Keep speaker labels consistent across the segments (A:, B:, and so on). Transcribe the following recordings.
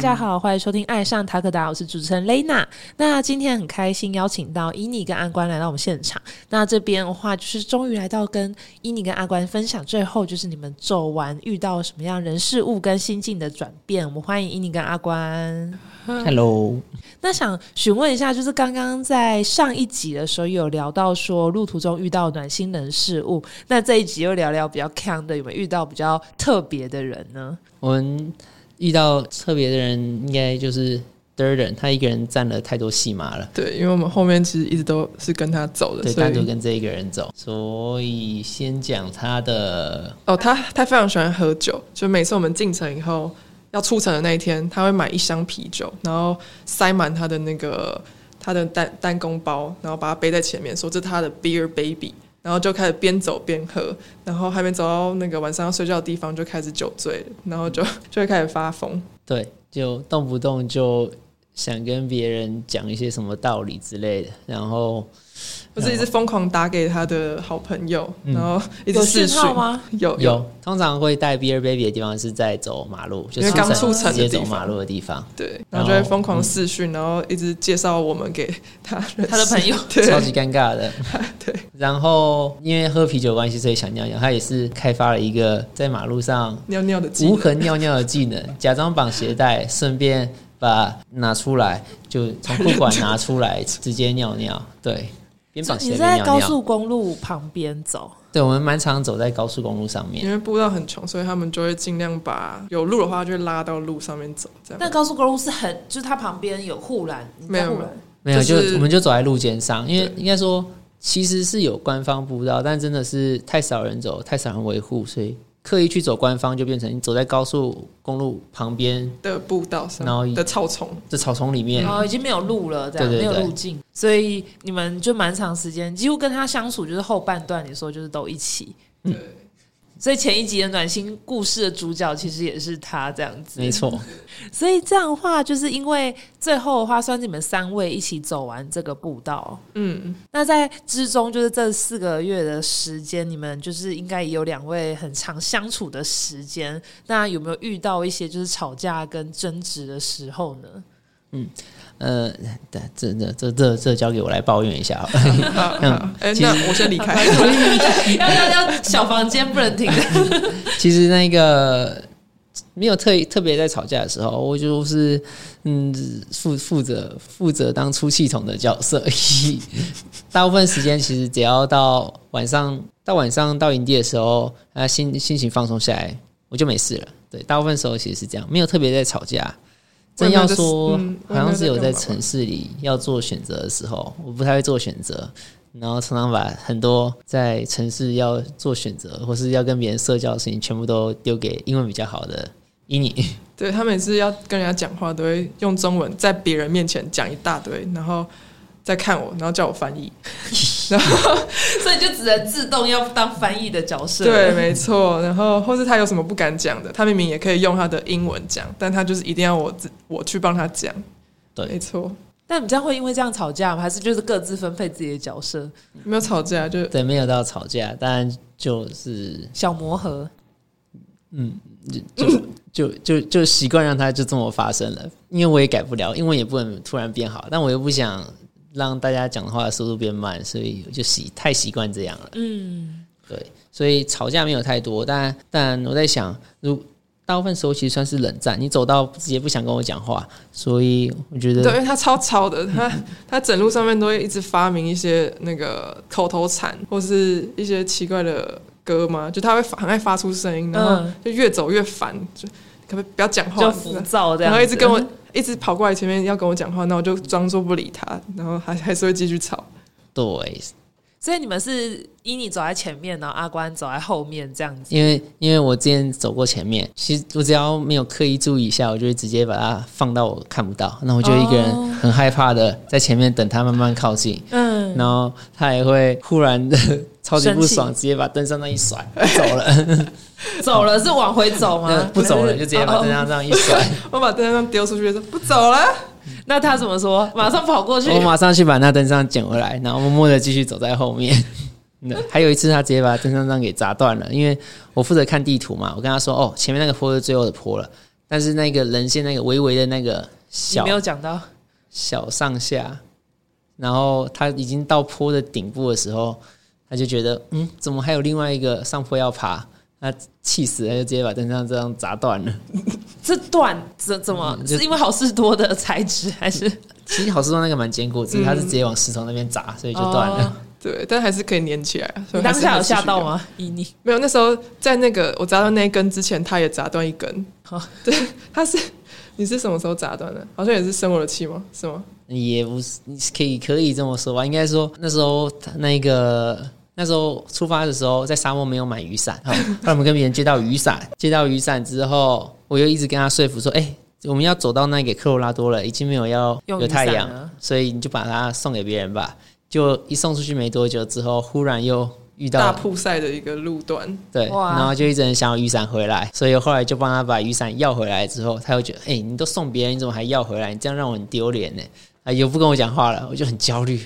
A: 家好，欢迎收听《爱上塔克达》，我是主持人 Lena。那今天很开心邀请到伊妮跟阿关来到我们现场。那这边的话，就是终于来到跟伊妮跟阿关分享，最后就是你们走完遇到什么样人事物跟心境的转变。我们欢迎伊妮跟阿关。
B: Hello，
A: 那想询问一下，就是刚刚在上一集的时候有聊到说路途中遇到暖心人事物，那这一集又聊聊比较强的，有没有遇到比较特别的人呢？
B: 我们遇到特别的人，应该就是德人，他一个人占了太多戏码了。
C: 对，因为我们后面其实一直都是跟他走的，
B: 对，
C: 所
B: 单独
C: 以
B: 跟这一个人走，所以先讲他的，
C: 哦，他他非常喜欢喝酒，就每次我们进城以后要出城的那一天，他会买一箱啤酒，然后塞满他的那个他的单单工包，然后把它背在前面，说这是他的 beer baby，然后就开始边走边喝，然后还没走到那个晚上要睡觉的地方就开始酒醉了，然后就 就会开始发疯。
B: 对，就动不动就想跟别人讲一些什么道理之类的，然后
C: 我是一直疯狂打给他的好朋友，
B: 嗯
C: 然后一直
A: 有
C: 试
A: 讯
C: 讯
A: 号？吗？
C: 有有，
B: 有通常会带 Beer Baby 的地方是在走马路，就
C: 因为
B: 出
C: 刚
B: 城
C: 出城的
B: 直接走
C: 地
B: 马
C: 方
B: 路的地方，
C: 对，
B: 然
C: 然
B: 后
C: 后就会疯狂试讯，然后一直介绍我们给他认识
A: 他的朋友
C: 对
B: 超级尴尬的。
C: 对，
B: 然后因为喝啤酒的关系，所以想尿尿，他也是开发了一个在马路上
C: 尿尿的技
B: 无
C: 能，
B: 痕尿尿的技能，假装绑鞋带，顺便把拿出来，就从裤管拿出来，直接尿尿。对，边绑
A: 你
B: 鞋
A: 是
B: 带
A: 在
B: 边
A: 高
B: 尿尿。
A: 速公路旁边走，
B: 对，我们蛮常走在高速公路上面。
C: 因为步道很穷，所以他们就会尽量把有路的话就会拉到路上面走，这
A: 但
C: 样。
A: 高速公路是很，就是它旁边有护栏，你在
C: 嗯没有
A: 护栏
B: 没有，就
C: 就是
B: 我们就走在路肩上，因为
C: 对
B: 应该说其实是有官方步道，但真的是太少人走，太少人维护，所以刻意去走官方就变成你走在高速公路旁边
C: 的步道上
B: 然后
C: 的草丛，
B: 这草丛里面
A: 然，哦后已经没有路了，这样
B: 对对对
A: 没有路径，所以你们就蛮长时间，几乎跟他相处就是后半段，你说就是都一起。
B: 嗯
A: 所以前一集的暖心故事的主角其实也是他这样子
B: 没，错，
A: 所以这样的话，就是因为最后的话，算是你们三位一起走完这个步道。
C: 嗯，
A: 那在之中，就是这四个月的时间，你们就是应该也有两位很常相处的时间。那有没有遇到一些就是吵架跟争执的时候呢？
B: 呃，这这这这这这交给我来抱怨一下好了。
C: 好好
B: 嗯
C: 哎，
B: 其实
C: 那我先离开。
A: 要 要要，小房间不能停。
B: 其实那个没有特特别在吵架的时候，我就是嗯负负责负责当出气筒的角色， 大部分时间其实只要到晚上到晚上到营地的时候，啊心心情放松下来，我就没事了。对，大部分时候其实是这样，没有特别在吵架。
C: 我
B: 真
C: 也没有
B: 要
C: 在
B: 说，
C: 嗯
B: 好像只有
C: 我也没
B: 在
C: 有在干嘛
B: 城市里要做选择的时候，我不太会做选择，然后常常把很多在城市要做选择或是要跟别人社交的事情，全部都丢给英文比较好的伊尼。
C: 对他每次要跟人家讲话，都会用中文在别人面前讲一大堆，然后再看我，然后叫我翻译。
A: 所以就只能自动要当翻译的角色。
C: 对，，没错。然后或是他有什么不敢讲的，他明明也可以用他的英文讲，但他就是一定要我自我去帮他讲。
B: 对
C: 没错，
A: 那你们这样会因为这样吵架吗？还是就是各自分配自己的角色，
C: 没有吵架，就
B: 对，没有到吵架，但就是
A: 小磨合？
B: 就就就习惯让它就这么发生了，因为我也改不了，英文也不能突然变好，但我又不想让大家讲话的速度变慢，所以我就习太习惯这样了。
A: 嗯，
B: 对，所以吵架没有太多，但但我在想，如大部分时候其实算是冷战，你走到直接不想跟我讲话，所以我觉
C: 对，因
B: 得
C: 为他超吵的， 他他整路上面都会一直发明一些那个口头禅或是一些奇怪的歌嘛，就他会发很爱发出声音，然后
A: 嗯
C: 就越走越烦，就可不可以不要讲话
A: 就，浮躁这样
C: 然
A: 子，
C: 后一直跟我一直跑过来前面要跟我讲话，那我就装作不理他，然后还还是会继续吵。
B: 对，
A: 所以你们是依你走在前面，然后阿关走在后面这样子。
B: 因为因为我之前走过前面，其实我只要没有刻意注意一下，我就会直接把它放到我看不到，那我就一个
A: 哦
B: 人很害怕的在前面等他慢慢靠近，
A: 嗯，
B: 然后他也会忽然的 超级不爽，
A: 生
B: 直接把登山杖一甩 走了，
A: 走了是往回走吗？
B: 不走了就直接把
A: 哦
B: 登山杖一甩，
C: 我把灯上丢出去，说不走了。
A: 那他怎么
B: 嗯
A: 说？马上跑过去。
B: 我马上去把那登山捡回来，然后默默的继续走在后面。 那还有一次，他直接把登山杖给砸断了，因为我负责看地图嘛，我跟他说：“哦，前面那个坡是最后的坡了。”但是那个人线那个微微的那个
A: 你
B: 小
A: 没有讲到，
B: 小上下，然后他已经到坡的顶部的时候，他就觉得嗯，怎么还有另外一个上坡要爬？他气死了，他就直接把登山杖这样砸断了。
A: 这段怎怎么、
B: 嗯就是
A: 因为好事多的材质还 是
B: 其实好事多那个蛮坚固，只是他是直接往石头那边砸，所以就断了。
A: 哦
C: 对，但还是可以粘起来啊。所
A: 你
C: 以还
A: 当
C: 是
A: 下有吓
C: 还是需
A: 到
C: 要？
A: 吗？以你
C: 没有，那时候在那个我砸断那一根之前，他也砸断 一根。
A: 哦
C: 对，他是你是什么时候砸断的？好像也是生我的气吗？是吗？
B: 也不是，你可以可以这么说吧。应该说那时候他那个那时候出发的时候，在沙漠没有买雨伞， 好后来我们跟别人借到雨伞，借到雨伞之后，我又一直跟他说服说，哎、我们要走到那个科罗拉多了，已经没有要
A: 用
B: 有太阳
A: 雨伞啊了，
B: 所以你就把它送给别人吧。就一送出去没多久之后，忽然又遇
C: 大
B: 到
C: 瀑赛的一个路段，
B: 对，
A: 哇
B: 然后就一直很想要雨伞回来，所以后来就帮他把雨伞要回来之后，他又觉得，哎、你都送别人，你怎么还要回来？你这样让我很丢脸呢。啊，又不跟我讲话了，我就很焦虑。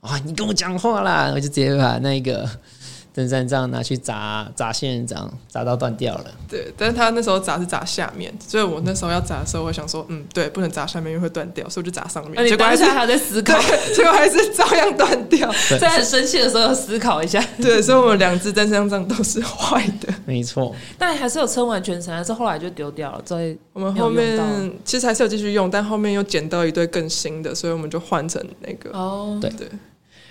B: 啊，你跟我讲话啦！我就直接把那个登山杖拿去砸砸仙人掌，砸到断掉了。
C: 对，但是他那时候砸是砸下面，所以我那时候要砸的时候，我想说，嗯，对，不能砸下面，因为会断掉，所以我就砸上面。
A: 那哦
B: 哎
A: 你
C: 结果还
A: 当
C: 是
A: 下还有在思考，
C: 对，结果还是照样断掉。
B: 对
A: 在很生气的时候有思考一下，
C: 对，所以我们两只登山杖都是坏的。
B: 没错，
A: 但还是有撑完全程，还是后来就丢掉了。所以
C: 我们
A: 没有
C: 后
A: 用到
C: 面其实还是有继续用，但后面又捡到一对更新的，所以我们就换成那个。
A: 哦，
B: 对
C: 对，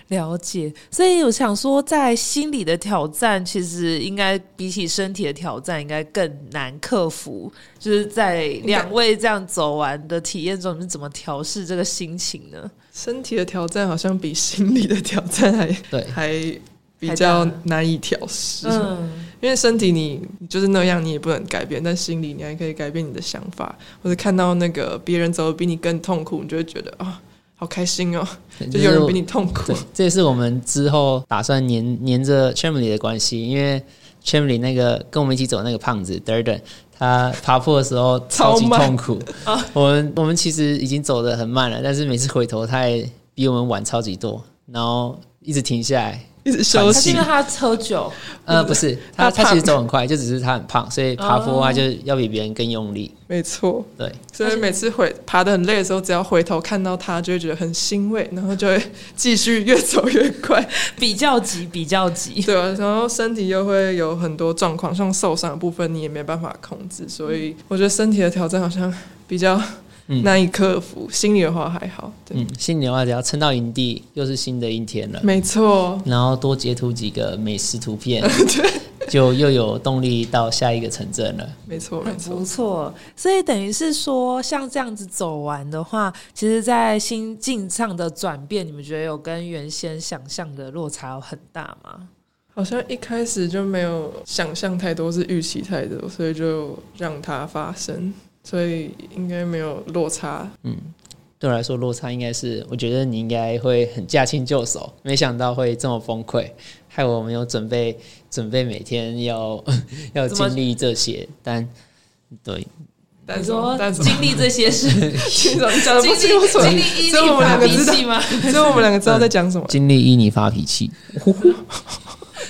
A: 了解。所以我想说，在心理的挑战，其实应该比起身体的挑战，应该更难克服。就是在两位这样走完的体验中，你们怎么调试这个心情呢？
C: 身体的挑战好像比心理的挑战还
B: 对
C: 还比
A: 还
C: 较
A: 大
C: 难以调试，
A: 嗯，
C: 因为身体你你就是那样，你也不能改变，但心里你还可以改变你的想法，或者看到那个别人走的比你更痛苦，你就会觉得啊、好开心哦，就有人比你痛苦
B: 对，，这也是我们之后打算黏黏着 Chamberlain 的关系，因为 Chamberlain 那个跟我们一起走的那个胖子 Durden，他爬坡的时候
C: 超
B: 超级
C: 慢
B: 痛苦。我们我们其实已经走得很慢了，但是每次回头他也比我们晚超级多，然后一直停下来。
C: 一直休
A: 他是
C: 息
A: 因为。他喝酒，
B: 呃，不是，他
C: 他
B: 他
C: 胖
B: 其实走很快，就只是他很胖，所以爬
A: 哦
B: 坡他就要比别人更用力。
C: 没错，
B: 对，
C: 所以每次回爬得很累的时候，只要回头看到他，就会觉得很欣慰，然后就会继续越走越 快。
A: 比较急，比较急。
C: 对啊，然后身体又会有很多状况，像受伤的部分你也没办法控制，所以我觉得身体的挑战好像比较
B: 嗯
C: 难以克服。心理的话还好，对，
B: 嗯，心里的话，只要撑到营地，又是新的一天了。
C: 没错，
B: 然后多截图几个美食 图片，就又有动力到下一个城镇了。
C: 没错，没
A: 很
C: 错
A: 不。错，所以等于是说，像这样子走完的话，其实，在心境上的转变，你们觉得有跟原先想象的落差有很大吗？
C: 好像一开始就没有想象太多，是预期太多，所以就让它发生，所以应该没有落差。
B: 对我来说，落差应该是，我觉得你应该会很驾轻就熟，没想到会这么崩溃，害我没有准备准备每天要 要
A: 怎么
B: 经历这些，但对
C: 但
A: 你
C: 是
A: 说
C: 但是
A: 经历这些事，
C: 经常讲的
A: 经
C: 不
A: 历
C: 清楚，
A: 经历一
C: 所以
A: 零
C: 我们
A: 发
C: 两个
A: 脾
C: 知道，
A: 气 吗？
C: 所以我们两个知道在讲什么。
B: 经历依你发脾气，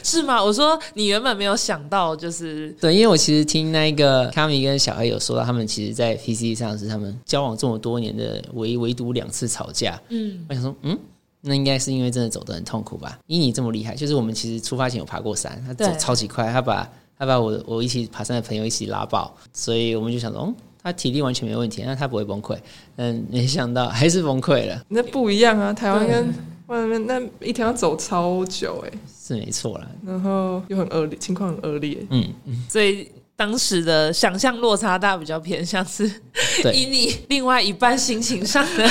A: 是吗？我说你原本没有想到，就是
B: 对，因为我其实听那个卡米跟小黑有说到，他们其实，在 PC 上是他们交往这么多年的唯唯独两次吵架。嗯，我想说，嗯，那应该是因为真的走得很痛苦吧？以你这么厉害，就是我们其实出发前有爬过山，他走
A: 对
B: 超级快，他把他把我我一起爬山的朋友一起拉爆，所以我们就想说，嗯，他体力完全没问题，那他不会崩溃。嗯，没想到还是崩溃了，
C: 那不一样啊，台湾
A: 对
C: 跟外面那一天要走超久哎、
B: 是没错啦。
C: 然后又很恶劣，情况很恶劣、
B: 嗯，
A: 所以当时的想象落差大，比较偏向是
B: 对
A: 以你另外一半心情上的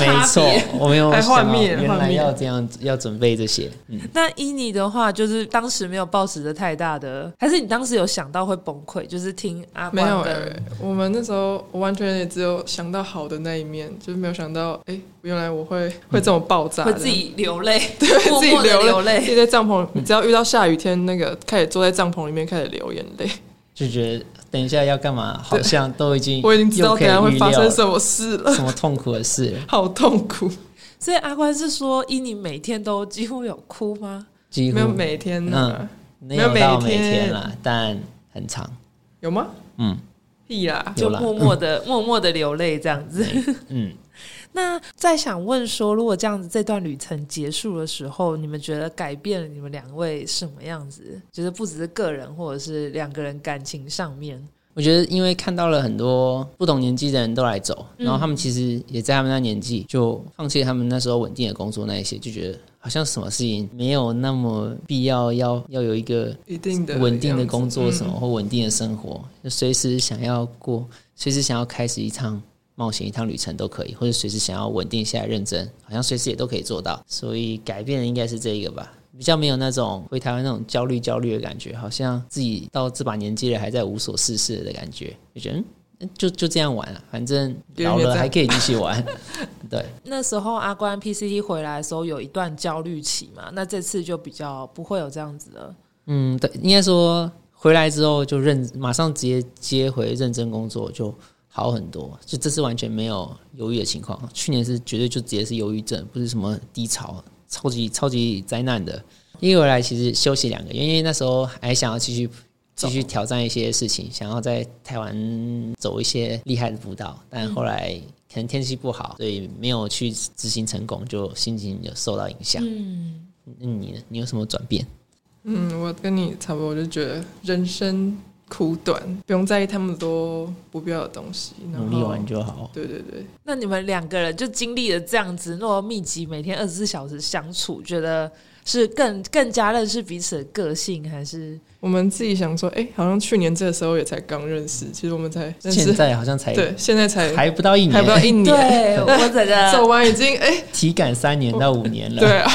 B: 没
A: 差
B: 错
A: 别。，
B: 我没有
C: 还
B: 想
C: 幻
B: 到
C: 灭
B: 原
C: 幻
B: 来
C: 灭
B: 要这样要准备这些。嗯，
A: 那依你的话，就是当时没有抱持着太大的，还是你当时有想到会崩溃？就是听阿
C: 没有
A: 关
C: 哎、
A: 跟
C: 我们那时候我完全也只有想到好的那一面，就是没有想到哎、原来我会嗯会这么爆炸
A: 会
C: 的，
A: 自己流泪，
C: 对
A: 默
C: 自己
A: 默的
C: 流
A: 流
C: 自
A: 泪。
C: 己在帐篷，只要遇到下雨天，那个开始坐在帐篷里面开始流眼泪，
B: 就觉得等一下要干嘛，好像都已经
C: 我已经知道等一下会发生
B: 么
C: 什么事了，
B: 什么痛苦的事了，
C: 好痛苦。
A: 所以阿关是说，依你每天都几乎有哭吗？
B: 几乎
C: 没有每天呢、啊
B: 嗯没有到
C: 没有每
B: 每
C: 天
B: 天啦，但很长。
C: 有吗？
B: 嗯，
C: 屁啦，
A: 就
B: 有啦
A: 默默的、 默默的流泪这样子。
B: 嗯，
A: 那再想问说，如果这样子这段旅程结束的时候，你们觉得改变了你们两位什么样子？就是不只是个人，或者是两个人感情上面，
B: 我觉得因为看到了很多不同年纪的人都来走，
C: 嗯
B: 然后他们其实也在他们那年纪就放弃他们那时候稳定的工作那一些，就觉得好像什么事情没有那么必要要要有一个
C: 一定的
B: 稳定的
C: 样子嗯
B: 工作什么、或稳定的生活，就随时想要过，随时想要开始一趟冒险一趟旅程都可以，或者随时想要稳定下来认真，好像随时也都可以做到。所以改变的应该是这一个吧，比较没有那种回台湾那种焦虑焦虑的感觉，好像自己到这把年纪了还在无所事事的感觉，就觉得。嗯就就这样玩啊，反正
C: 别人
B: 老
C: 也
B: 了
C: 在
B: 还可以继续玩， 对，
A: 那时候阿关 PCT 回来的时候有一段焦虑期嘛，那这次就比较不会有这样子了。
B: 嗯，对，应该说回来之后就认，马上直接接回认真工作就好很多，就这次完全没有忧郁的情况。去年是绝对就直接是忧郁症，不是什么低潮，超级超级灾难的。一回来其实休息两个月，因为那时候还想要继续继续挑战一些事情，想要在台湾走一些厉害的步道，但后来可能天气不好，所以没有去执行成功，就心情有受到影响。
A: 嗯，
B: 嗯，你呢？你有什么转变？
C: 嗯，我跟你差不多，我就觉得人生苦短，不用在意他们多不必要的东西。然后
B: 努力玩就好。
C: 对对对，
A: 那你们两个人就经历了这样子那么密集，每天二十四小时相处，觉得是更更加认识彼此的个性，还是
C: 我们自己想说，哎、好像去年这个时候也才刚认识，其实我们才认
B: 现
C: 识，
B: 在好像才
C: 对，现在才
B: 还不到一年，啊
C: 还不到一年，
A: 对我整 个
C: 走完已经哎、
B: 体感三年到五年了。
C: 对啊，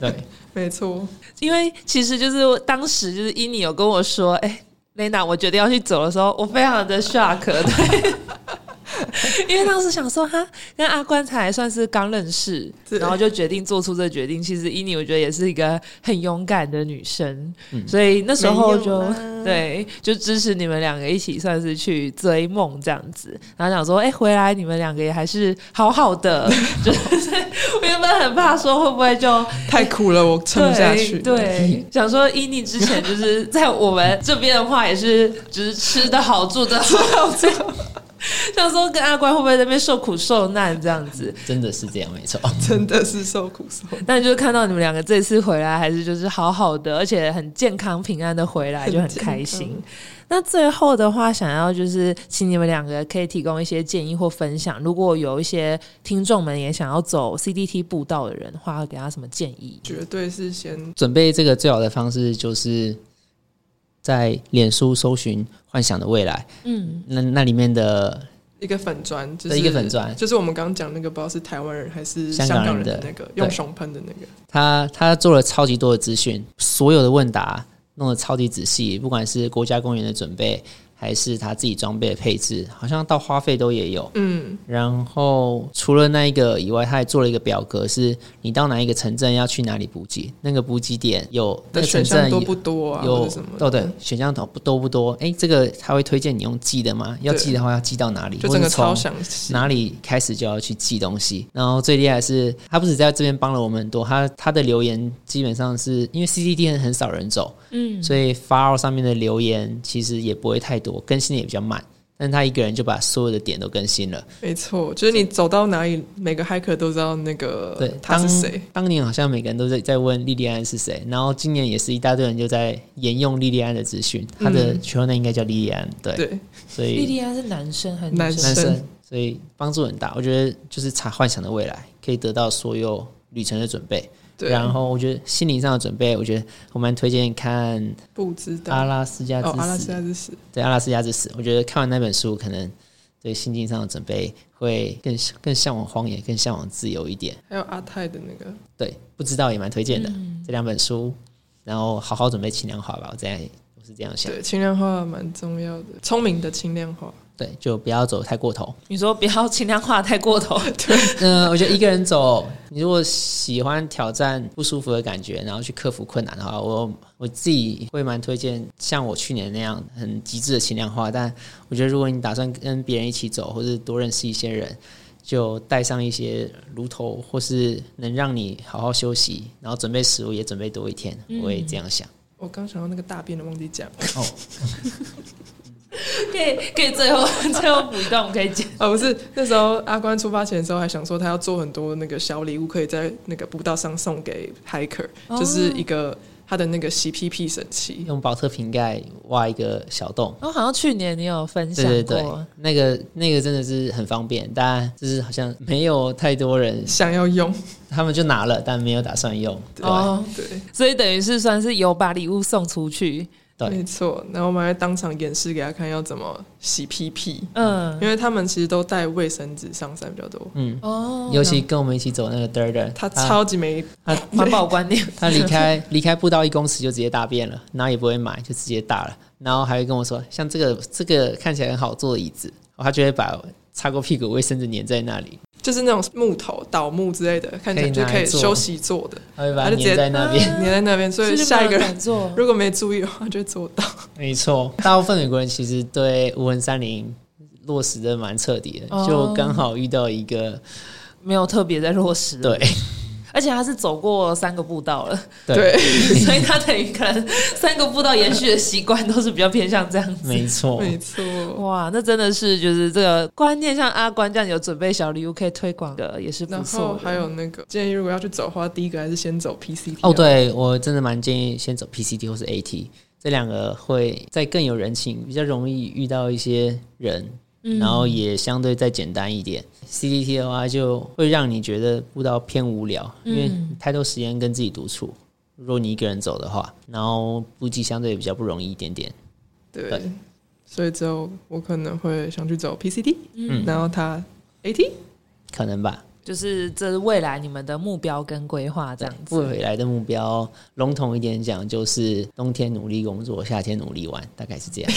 B: 对
C: 没错，
A: 因为其实就是当时就是伊妮有跟我说，哎、雷娜，我决定要去走的时候，我非常的 shock，对， 因为当时想说哈，跟阿关才算是刚认识，
C: 对
A: 然后就决定做出这个决定。其实伊妮我觉得也是一个很勇敢的女生，所以那时候就对，就支持你们两个一起算是去追梦这样子。然后想说，哎、回来你们两个也还是好好的，就是我原本很怕说会不会就
C: 太苦了，我撑不下去。
A: 对，对想说伊妮之前就是在我们这边的话，也是只是吃的好，住的好，这样。 想说跟阿关会不会在那边受苦受难这样子？
B: 真的是这样，没 错。
C: 真的是受苦受难，
A: 但就是看到你们两个这次回来，还是就是好好的，而且很健康平安的回来，就很开
C: 很
A: 心
C: 健。
A: 那最后的话，想要就是请你们两个可以提供一些建议或分享，如果有一些听众们也想要走 CDT 步道的人的话，会给他什么建议？
C: 绝对是先
B: 准备这个最好的方式就是在脸书搜寻“幻想的未来
A: 嗯”，
B: 那那里面的
C: 一个粉砖，就是
B: 的一个粉砖，
C: 就是我们刚刚讲那个，不知道是台湾人还是
B: 香
C: 香
B: 港
C: 港
B: 人
C: 人
B: 的
C: 的那个
B: 对
C: 用熊喷的那个，
B: 他他做了超级多的资讯，所有的问答弄得超级仔细，不管是国家公园的准备，还是他自己装备的配置，好像到花费都也有。
C: 嗯，
B: 然后除了那一个以外，他还做了一个表格，是你到哪一个城镇要去哪里补给，那个补给点有那
C: 的
B: 个城
C: 选
B: 镇
C: 项多
B: 有
C: 不多啊，或
B: 有
C: 者什么的
B: 哦对，选项多不多不多？哎，这个他会推荐你用寄的吗？要
C: 对
B: 寄的话要寄到哪里？
C: 就整
B: 或
C: 个
B: 是从
C: 超详细。
B: 哪里开始就要去寄东西。然后最厉害的是，他不止在这边帮了我们很多，他他的留言基本上是因为 CCD 很很少人走，嗯，所以 Faro 上面的留言其实也不会太多，更新的也比较慢。但他一个人就把所有的点都更新了。
C: 没错，就是你走到哪里，每个骇客都知道那个
B: 对，
C: 呃他是谁。
B: 当？当年好像每个人都在在问莉莉安是谁，然后今年也是一大堆人就在沿用莉莉安的资讯，她的全名应该叫莉莉安，对，
C: 嗯对，
B: 所
A: 莉
B: 以
A: 莉安是男生还是
C: 男
A: 女生？
B: 男生
C: 生，
B: 所以帮助很大。我觉得就是查幻想的未来，可以得到所有旅程的准备。
C: 对
B: 然后我觉得心灵上的准备，我觉得我蛮推荐看《
C: 不知道。
B: 阿拉斯加之
C: 哦，阿拉斯
B: 死》
C: 加之死，
B: 对《阿拉斯加之死》，我觉得看完那本书，可能对心境上的准备会更更向往荒野，更向往自由一点。
C: 还有阿泰的那个，
B: 对，不知道也蛮推荐的、这两本书，然后好好准备轻量化吧，我这样我是这样想，
C: 对，轻量化蛮重要的，聪明的轻量化。
B: 对，就不要走太过头。
A: 你说不要轻量化太过头，对，
B: 嗯、我觉得一个人走，你如果喜欢挑战不舒服的感觉，然后去克服困难的话，我我自己会蛮推荐像我去年那样很极致的轻量化。但我觉得如果你打算跟别人一起走，或是多认识一些人。就带上一些炉头，或是能让你好好休息，然后准备食物也准备多一天，我也这样想。
C: 我刚想到那个大便的，忘记讲。
B: 哦，
A: 可以可以最后最后补一段，我们可以剪。
C: 哦，不是，那时候阿关出发前的时候还想说他要做很多那个小礼物，可以在那个步道上送给 hiker，、
A: 哦
C: 就是一个他的那个 CPP 神器。
B: 用保特瓶盖挖一个小洞。
A: 哦，好像去年你有分享
B: 对对
A: 过，
B: 对，那个那个真的是很方便，但就是好像没有太多人，
C: 想要用，
B: 他们就拿了，但没有打算用。对、
A: 哦，
C: 对，
A: 所以等于是算是有把礼物送出去，
B: 对
C: 没，错。然后我们还当场演示给他看要怎么洗屁屁，
A: 嗯，
C: 因为他们其实都带卫生纸上山比较多。
B: 嗯，啊
A: 哦，
B: 尤其跟我们一起走那个 d i r d
C: 他超级没
B: 他
A: 环保观 念，
B: 他离开 离开步道一公尺就直接大便了，然后也不会买，就直接大了，然后还会跟我说，像这个这个看起来很好坐的椅子，哦他就会把擦过屁股卫生纸粘在那里，
C: 就是那种木头、倒木之类的，看起来
B: 可以
C: 就
B: 拿来
C: 可以
B: 做
C: 休息坐的，
B: 他会把
C: 他
B: 它
C: 就直接
B: 粘在那边。
C: 粘在那边。所以
A: 是
C: 下一个人
A: 敢做，
C: 如果没注意的话，就会做到。
B: 没错，大部分美国人其实对无痕山林落实的蛮彻底的，
A: 哦
B: 就刚好遇到一个
A: 没有特别在落实，
B: 对，
A: 而且他是走过三个步道了，
B: 对
C: 对，
A: 所以他等于可能三个步道延续的习惯都是比较偏向这样子。
B: 没 错，
C: 没错。
A: 哇，那真的是就是这个观念，像阿关这样有准备小礼物可以推广的，也是不
C: 然
A: 错
C: 后
A: 的。
C: 还有那个建议，如果要去走的话，第一个还是先走 PCT
B: 哦，，对我真的蛮建议先走 PCT 或是 AT 这两个会再更有人情，比较容易遇到一些人，然后也相对再简单一点。CDT 的话啊就会让你觉得步道偏无聊，因为太多时间跟自己独处。如果你一个人走的话，然后步迹相对比较不容易一点点。
C: 对
B: 对，
C: 所以之后我可能会想去走 PCT，
B: 嗯
C: 然后他 AT，
B: 可能吧，
A: 就是这是未来你们的目标跟规划这样子。
B: 不未来的目标笼统一点讲，就是冬天努力工作，夏天努力玩，大概是这样。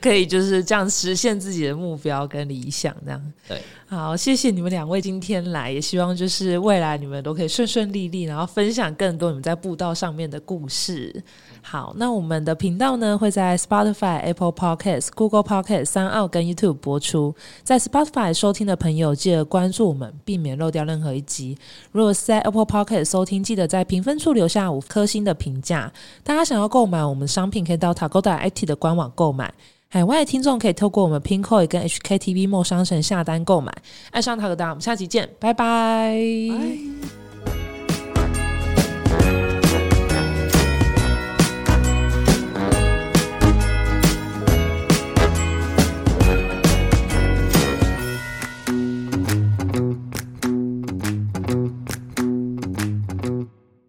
A: 可以就是这样实现自己的目标跟理想，这样。
B: 对，
A: 好，谢谢你们两位今天来，也希望就是未来你们都可以顺顺利利，然后分享更多你们在步道上面的故事。好，那我们的频道呢会在 Spotify、Apple Podcast、Google Podcast、三奥跟 YouTube 播出。在 Spotify 收听的朋友，记得关注我们，避免漏掉任何一集。如果是在 Apple Podcast 收听，记得在评分处留下五颗星的评价。大家想要购买我们商品，可以到 Tagoda IT 的官网购买。海哎外的听众可以透过我们 Pinkoi 跟 HKTV 梦商城下单购买。爱上塔可达，我们下期见，拜拜。
C: 哎